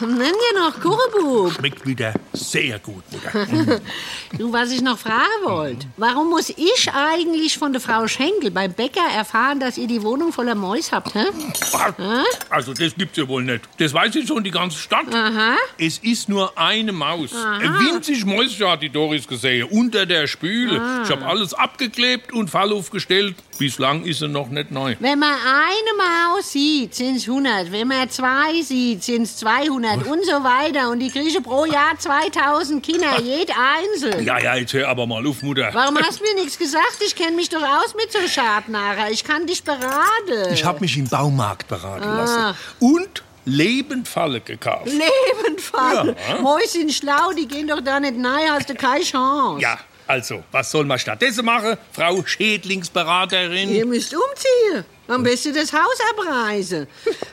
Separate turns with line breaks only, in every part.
Nenn dir noch Kurbub.
Schmeckt wieder sehr gut,
Hm?
Mutter.
Du, was ich noch fragen wollte. Warum muss ich eigentlich von der Frau Schenkel beim Bäcker erfahren, dass ihr die Wohnung voller Mäus habt, hä?
Also, das gibt's ja wohl nicht. Das weiß ich schon die ganze Stadt. Es ist nur eine Maus. Ein winzig Mäuschen hat die Doris gesehen. Unter der Spüle.
Ah.
Ich habe alles abgeklebt und Fall aufgestellt. Bislang ist sie noch nicht neu.
Wenn man eine Maus sieht, sind's 100. Wenn man zwei sieht, sind's 200 und so weiter. Und die kriege pro Jahr 2000 Kinder, jed einzeln.
Ja, ja, jetzt hör aber mal auf, Mutter.
Warum hast du mir nichts gesagt? Ich kenne mich doch aus mit so Schadnacher. Ich kann dich beraten.
Ich habe mich im Baumarkt beraten
Ah.
lassen. Und Lebendfalle gekauft.
Lebenfall.
Ja.
Mäuse sind schlau, die gehen doch da nicht rein, hast du keine Chance.
Ja, also, was soll man stattdessen machen? Frau Schädlingsberaterin.
Ihr müsst umziehen. Am besten das Haus abreißen.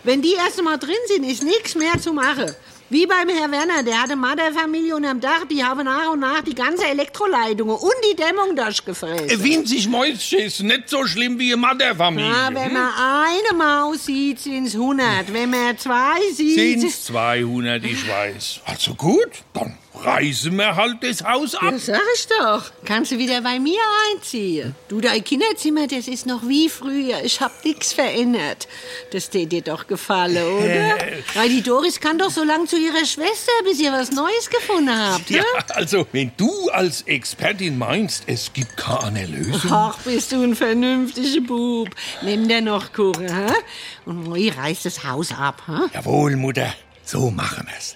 Wenn die erst mal drin sind, ist nichts mehr zu machen. Wie beim Herr Werner, der hatte Mutterfamilie und am Dach, die haben nach und nach die ganze Elektroleitungen und die Dämmung durchgefräst.
Winzig Mäuschen ist nicht so schlimm wie eine Hm? Mutterfamilie.
Ja, wenn man eine Maus sieht, sind's 100. Wenn man zwei sieht,
Sind's 200, ich weiß. Also gut, dann reißen wir halt das Haus ab.
Das sag ich doch. Kannst du wieder bei mir einziehen. Du, dein Kinderzimmer, das ist noch wie früher. Ich hab nix verändert. Das tät dir doch gefallen, oder? Weil die Doris kann doch so lang zu ihrer Schwester, bis ihr was Neues gefunden habt,
Ja,
ne?
also, wenn du als Expertin meinst, es gibt keine Lösung.
Ach, bist du ein vernünftiger Bub. Nimm dir noch Kuchen, hä? Und Moi reißt das Haus ab, hä?
Jawohl, Mutter, so machen wir's.